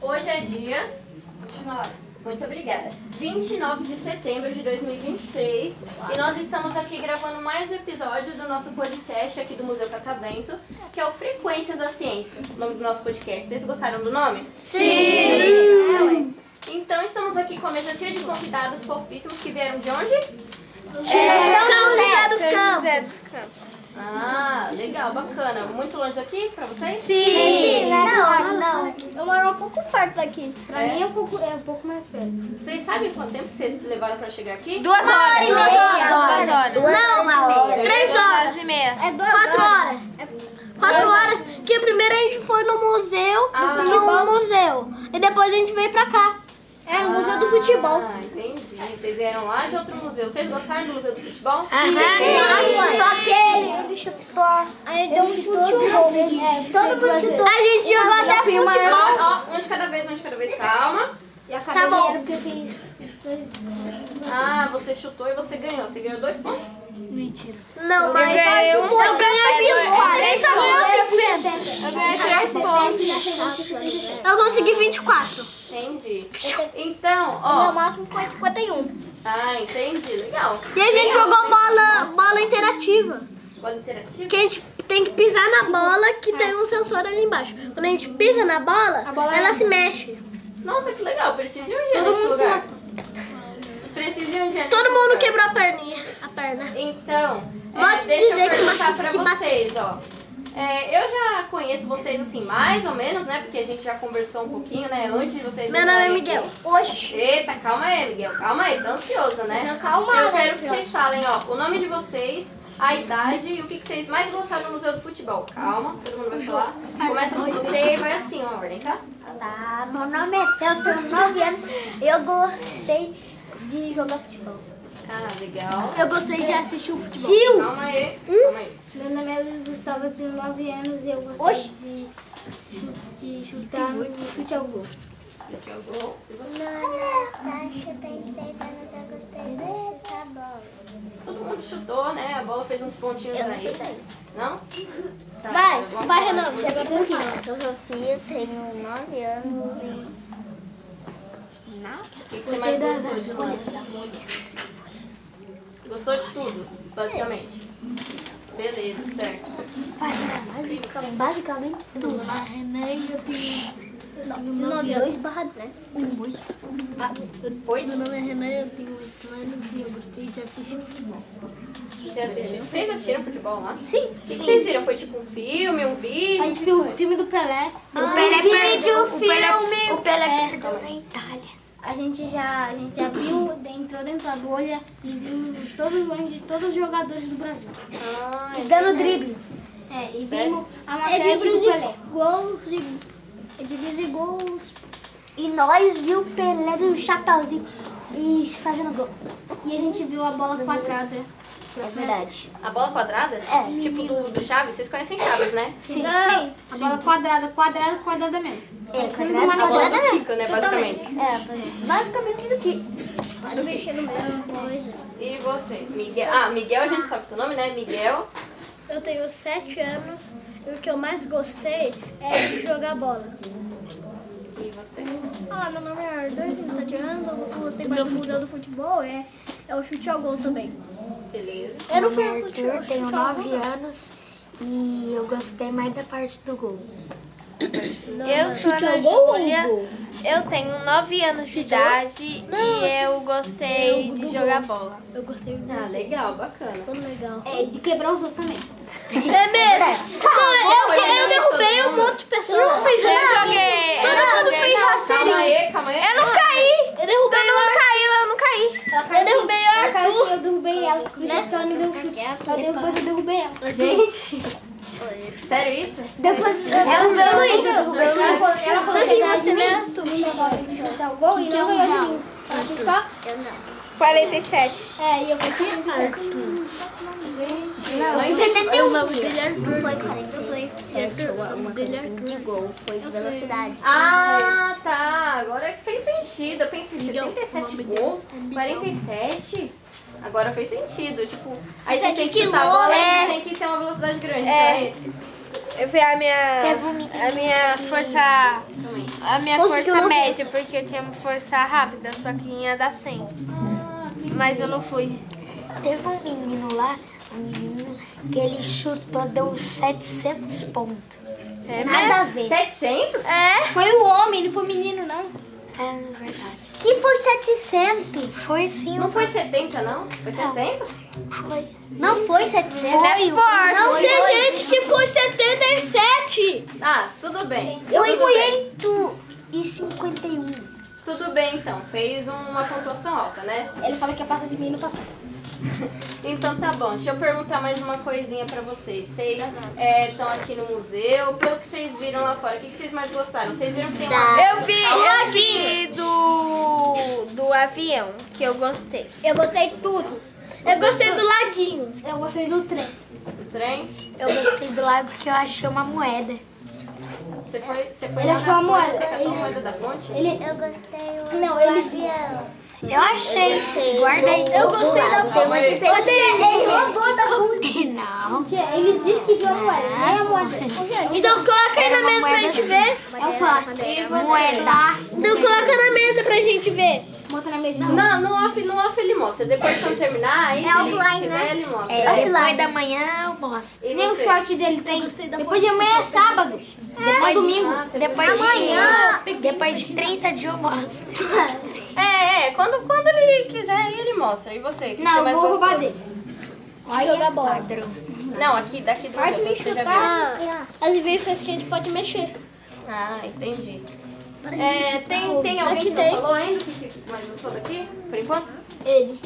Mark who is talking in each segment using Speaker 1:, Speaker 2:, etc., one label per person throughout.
Speaker 1: Hoje é dia. 29. Muito obrigada. 29 de setembro de 2023. E nós estamos aqui gravando mais um episódio do nosso podcast aqui do Museu Catavento, que é o Frequências da Ciência, o nome do nosso podcast. Vocês gostaram do nome? Sim! Então estamos aqui com a mesa cheia de convidados fofíssimos que vieram de onde?
Speaker 2: São José dos Campos.
Speaker 1: Ah, legal, bacana. Muito longe daqui pra vocês?
Speaker 2: Sim. Não, não. Eu moro um pouco perto daqui.
Speaker 1: Pra mim
Speaker 2: é um pouco, é um pouco mais perto.
Speaker 1: Vocês sabem quanto tempo vocês levaram pra chegar aqui?
Speaker 3: Duas horas.
Speaker 2: Duas horas. Não,
Speaker 3: Três horas e meia.
Speaker 2: é duas Quatro horas.
Speaker 4: Quatro horas, que primeiro a gente foi no museu,
Speaker 1: Ah.
Speaker 4: no museu. E depois a gente veio pra cá.
Speaker 2: É o Museu do Futebol.
Speaker 1: Ah, entendi. Vocês vieram lá de outro museu. Vocês gostaram do Museu do Futebol?
Speaker 4: Ah. Né?
Speaker 2: Ah, Só que ele, ele chutou. Aí deu um chute e um gol. Todo mundo tá. chutou.
Speaker 4: A gente jogou até futebol.
Speaker 1: Ó, um de cada vez, um de cada vez, calma.
Speaker 2: Tá bom. Porque eu fiz dois
Speaker 1: Ah, você chutou e você ganhou. Você ganhou dois pontos?
Speaker 4: Não, mas eu ganhei, eu ganhei 24.
Speaker 2: Tá
Speaker 4: É,
Speaker 2: Eu ganhei três pontos.
Speaker 4: Eu consegui 24.
Speaker 1: Entendi. Então,
Speaker 2: Meu
Speaker 1: ó.
Speaker 2: máximo foi 51.
Speaker 1: Ah, entendi. Legal.
Speaker 4: E a gente jogou bola, bola interativa.
Speaker 1: Bola interativa?
Speaker 4: Que a gente tem que pisar na bola que tem um sensor ali embaixo. Quando a gente pisa na bola, é ela se mexe.
Speaker 1: Nossa, que legal. Preciso ir um dia nesse lugar. Preciso ir um dia
Speaker 4: Todo
Speaker 1: nesse
Speaker 4: mundo
Speaker 1: lugar.
Speaker 4: quebrou a perninha. A perna.
Speaker 1: Então, é,
Speaker 4: Pode
Speaker 1: deixa eu
Speaker 4: dizer que
Speaker 1: perguntar
Speaker 4: machu-
Speaker 1: pra
Speaker 4: que bate-
Speaker 1: vocês, ó. É, eu já conheço vocês, assim, mais ou menos, né? Porque a gente já conversou um pouquinho, né? Antes de vocês...
Speaker 4: Meu nome é
Speaker 1: entrarem
Speaker 4: Miguel.
Speaker 1: aqui.
Speaker 2: Hoje.
Speaker 1: Eita, calma aí, Miguel. Calma aí, tá ansioso, né?
Speaker 2: calma,
Speaker 1: Eu
Speaker 2: né,
Speaker 1: quero que vocês falem, ó, o nome de vocês, a idade e o que, que vocês mais gostaram do Museu do Futebol. Calma, todo mundo vai falar. Começa com você e vai assim, ó, ordem, tá?
Speaker 2: Olá, meu nome é Theo, tenho 9 anos. Eu gostei de jogar futebol.
Speaker 1: Ah, legal.
Speaker 4: Eu gostei de assistir o futebol.
Speaker 2: Gil!
Speaker 1: Calma aí, calma aí.
Speaker 4: Hum.
Speaker 2: Meu nome é Luiz Gustavo, eu tenho 9 anos e eu gostei de, de chutar no chute ao gol.
Speaker 1: Jogou.
Speaker 2: Sasha tem 6 anos, eu gostei de chutar bola.
Speaker 1: Todo mundo chutou, né? A bola fez uns pontinhos
Speaker 2: Eu não
Speaker 1: aí.
Speaker 2: chutei.
Speaker 1: Não? Tá,
Speaker 4: Vai,
Speaker 1: tá bom.
Speaker 4: vai, Renan.
Speaker 2: Eu sou Sofia, tenho 9 anos e...
Speaker 1: O que, que você mais gostou de lanche? Gostou de tudo, basicamente. Beleza, certo.
Speaker 2: Basicamente tudo. A é Renan eu tenho... 9 anos. Um, 2 barra 10.
Speaker 1: Oito?
Speaker 4: Meu nome é Renan, eu tenho 8 anos e eu gostei de assistir futebol.
Speaker 1: Já assistiram? Vocês assistiram futebol lá? Sim. O que que vocês viram? Foi tipo um filme, um vídeo?
Speaker 2: viu o filme do Pelé. o
Speaker 3: Pelé
Speaker 2: vídeo,
Speaker 3: perdeu- o Pelé-
Speaker 2: filme.
Speaker 3: o Pelé
Speaker 2: perdeu na Itália. A gente já, a gente já viu, entrou dentro da bolha e viu todos os lances de todos os jogadores do Brasil.
Speaker 1: Ah,
Speaker 2: Dando drible. É, e
Speaker 1: Sério?
Speaker 2: vimos a matéria do Pelé. É Gols e divide gols. E nós viu o Pelé no chapéuzinho e fazendo gol. E a gente viu a bola quadrada. É verdade.
Speaker 1: a bola quadrada?
Speaker 2: É.
Speaker 1: Tipo do, do Chaves? Vocês conhecem Chaves, né?
Speaker 2: Ah, Sim.
Speaker 3: A bola quadrada, quadrada, quadrada mesmo.
Speaker 2: É,
Speaker 1: A bola do Chico, né? Basicamente.
Speaker 2: É, basicamente tudo aqui. Para mexer no mesmo É coisa.
Speaker 1: E você? Miguel. Ah, Miguel, a gente sabe o seu nome, né? Miguel.
Speaker 4: Eu tenho 7 anos e o que eu mais gostei é de jogar bola.
Speaker 1: E você?
Speaker 2: Ah, meu nome é Ardois, tenho 7 anos. Eu gostei mais do Museu do Futebol. É, é o chute ao gol também.
Speaker 1: Beleza.
Speaker 4: Eu não fui
Speaker 5: Meu
Speaker 4: ao futebol.
Speaker 5: Arthur, tenho 9 anos e eu gostei mais da parte do gol.
Speaker 3: Eu sou a Ana Júlia. Eu tenho 9 anos de idade e eu gostei de jogar bola.
Speaker 4: Eu gostei do
Speaker 1: Ah, legal, bacana.
Speaker 4: legal.
Speaker 2: É, de quebrar os outros também.
Speaker 4: É mesmo? Não, eu, que- eu derrubei um monte de pessoas. Não fez
Speaker 3: Eu joguei.
Speaker 4: Todo mundo fez
Speaker 1: Calma
Speaker 4: rasteirinho.
Speaker 1: aí, calma aí.
Speaker 4: Eu não caí. Eu derrubei Todo mundo caiu, eu Então não caí. Eu derrubei o
Speaker 2: Ela caiu,
Speaker 4: Arthur.
Speaker 2: eu derrubei ela. Me chutando e deu um chute. Ela deu depois eu derrubei ela.
Speaker 1: Gente. Sério isso?
Speaker 2: Depois ela veio Luiz. Ela falou ela falou que
Speaker 4: Assim,
Speaker 2: era
Speaker 4: você,
Speaker 2: de mim.
Speaker 4: né, Arthur?
Speaker 2: assim, é Me
Speaker 5: é um
Speaker 2: chamou de chutar o gol e não ganhou de mim. Ela disse só... Eu não.
Speaker 3: 47.
Speaker 2: É, e eu fui parte.
Speaker 1: Não,
Speaker 2: Em 71.
Speaker 5: Não foi 47, uma uma coisa assim de gol, foi de velocidade.
Speaker 1: Ah, tá. Agora que fez sentido. Eu pensei, 77 gols, 47. Agora fez sentido. Tipo, aí você
Speaker 2: Sete
Speaker 1: tem que chutar a bola
Speaker 3: quilômetros.
Speaker 1: e tem que ser uma velocidade grande.
Speaker 3: É.
Speaker 1: É. Então
Speaker 3: Eu fui a minha.
Speaker 5: Quer vomitar?
Speaker 3: A minha força.
Speaker 1: é isso.
Speaker 3: A minha
Speaker 4: Nossa, que eu
Speaker 3: força
Speaker 4: não vi.
Speaker 3: média, porque eu tinha uma força rápida, só que ia dar 100. Mas eu não fui.
Speaker 5: Teve um menino lá, um menino, que ele chutou, deu 700 pontos.
Speaker 3: É
Speaker 2: Nada a ver.
Speaker 1: 700?
Speaker 3: É?
Speaker 2: Foi o homem, não foi o menino, não.
Speaker 5: É verdade.
Speaker 2: Que foi 700.
Speaker 5: Foi sim,
Speaker 1: Não foi 70, não? Foi 700?
Speaker 5: foi.
Speaker 2: Não foi 700.
Speaker 3: É forte.
Speaker 2: Não
Speaker 4: Tem
Speaker 2: foi.
Speaker 4: é gente que foi 77.
Speaker 1: Ah, tudo bem.
Speaker 2: Foi
Speaker 1: tudo bem.
Speaker 2: 151.
Speaker 1: Tudo bem, então. Fez uma pontuação alta, né?
Speaker 2: Ele fala que a pasta de mim não passou.
Speaker 1: Então tá bom, deixa eu perguntar mais uma coisinha pra vocês. Vocês
Speaker 2: Tá
Speaker 1: estão aqui no museu, pelo que vocês viram lá fora, o que que vocês mais gostaram? Vocês viram que tem
Speaker 2: Tá.
Speaker 1: uma...
Speaker 3: Eu vi, eu vi do, do avião, que eu gostei.
Speaker 2: Eu gostei de tudo.
Speaker 4: Eu gostei do laguinho.
Speaker 2: Eu gostei do trem.
Speaker 1: do um trem?
Speaker 5: Eu gostei do lago que eu achei uma moeda.
Speaker 1: Você foi, você foi
Speaker 2: Ele
Speaker 1: lá
Speaker 2: achou
Speaker 1: na
Speaker 2: a
Speaker 1: fonte,
Speaker 2: moeda.
Speaker 1: Você catou a
Speaker 2: Ele-
Speaker 1: moeda da fonte?
Speaker 2: Ele... Eu gostei Não, ele disse. assim.
Speaker 5: Eu achei. Guarda aí. Eu
Speaker 2: gostei da
Speaker 5: Tem uma de
Speaker 2: Mas ele, ele roubou da rua.
Speaker 5: peixe. Não.
Speaker 2: Tia, Ele disse que viu a moeda. Não é a moeda.
Speaker 4: Então coloca aí na mesa pra gente ver.
Speaker 2: É o plástico.
Speaker 1: E você?
Speaker 5: Moeda.
Speaker 4: Então coloca na mesa pra gente ver.
Speaker 2: Bota na mesa.
Speaker 1: Não, no off, no off ele mostra. Depois quando terminar, aí se
Speaker 5: É
Speaker 1: ele
Speaker 5: offline,
Speaker 1: quiser,
Speaker 5: né?
Speaker 1: ele mostra.
Speaker 5: É,
Speaker 1: É.
Speaker 5: depois da manhã eu mostro.
Speaker 1: E
Speaker 2: Nem o
Speaker 1: você?
Speaker 2: short dele tem. Depois de amanhã é sábado. Depois é domingo.
Speaker 1: Ah, você
Speaker 5: Depois de
Speaker 1: gostou?
Speaker 5: amanhã, depois de 30 dias eu mostro.
Speaker 1: É, é, quando, quando ele quiser, aí ele mostra. E você? O que você
Speaker 2: Não,
Speaker 1: mais
Speaker 2: eu vou
Speaker 1: gostou?
Speaker 2: roubar dele.
Speaker 5: Olha, padrão.
Speaker 1: Não, aqui, daqui do museu, você já viu.
Speaker 4: As invenções que a gente pode mexer.
Speaker 1: Ah, entendi. É, tem, tem Tá alguém que
Speaker 4: Aqui
Speaker 1: não
Speaker 4: tem.
Speaker 1: falou ainda o que que mais gostou daqui? Por enquanto?
Speaker 2: Ele.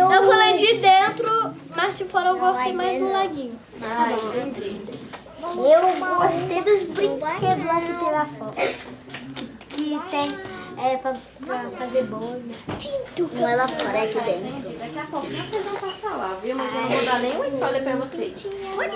Speaker 4: Eu falei de dentro, mas de fora eu gostei mais do laguinho.
Speaker 1: Ah, entendi.
Speaker 2: Eu gostei dos brinquedos lá que tem lá fora. Que tem é, pra, fazer bolha.
Speaker 5: Não é lá fora, é aqui dentro.
Speaker 1: Entendi. Daqui a pouquinho vocês vão passar lá, viu? Mas eu não vou dar nenhuma spoiler pra vocês.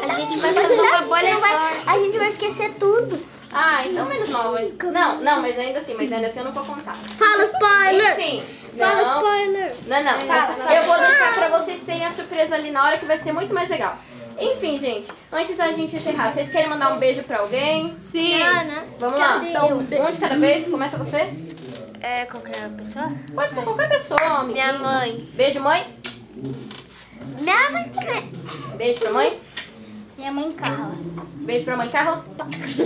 Speaker 5: A gente vai fazer uma bolha enorme.
Speaker 2: A gente vai esquecer tudo.
Speaker 1: Ah, então menos mal. mas- Não, não, mas ainda assim, mas ainda assim eu não vou contar.
Speaker 4: Fala, spoiler!
Speaker 1: Enfim.
Speaker 4: Fala,
Speaker 1: Não,
Speaker 4: spoiler! É,
Speaker 1: não, não. mas Eu vou deixar pra vocês terem a surpresa ali na hora que vai ser muito mais legal. Enfim, gente, antes da gente encerrar, vocês querem mandar um beijo pra alguém?
Speaker 3: Sim.
Speaker 1: Vamos lá. Um de cada vez, começa você?
Speaker 3: É qualquer pessoa?
Speaker 1: Pode ser qualquer pessoa, amigo.
Speaker 3: Minha mãe.
Speaker 1: Beijo, mãe.
Speaker 2: Minha mãe Cre-
Speaker 1: Beijo pra mãe.
Speaker 2: Minha mãe Carla.
Speaker 1: Beijo pra mãe Carla.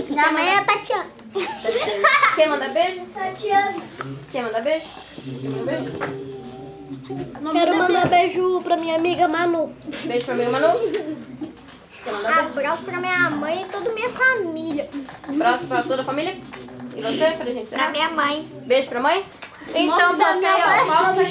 Speaker 2: Minha mãe é a Tatiana.
Speaker 1: Quem manda beijo?
Speaker 2: Tatiana.
Speaker 1: Quem manda beijo? Quem manda beijo?
Speaker 4: Quero mandar beijo pra minha amiga Manu.
Speaker 1: Beijo pra mim, Manu. Quem manda beijo?
Speaker 2: Abraço pra minha mãe e toda minha família.
Speaker 1: Abraço pra toda a família. E você, pra gente
Speaker 5: Pra
Speaker 1: será?
Speaker 5: minha mãe.
Speaker 1: Beijo pra mãe. Então, tá aqui, ó. Palmas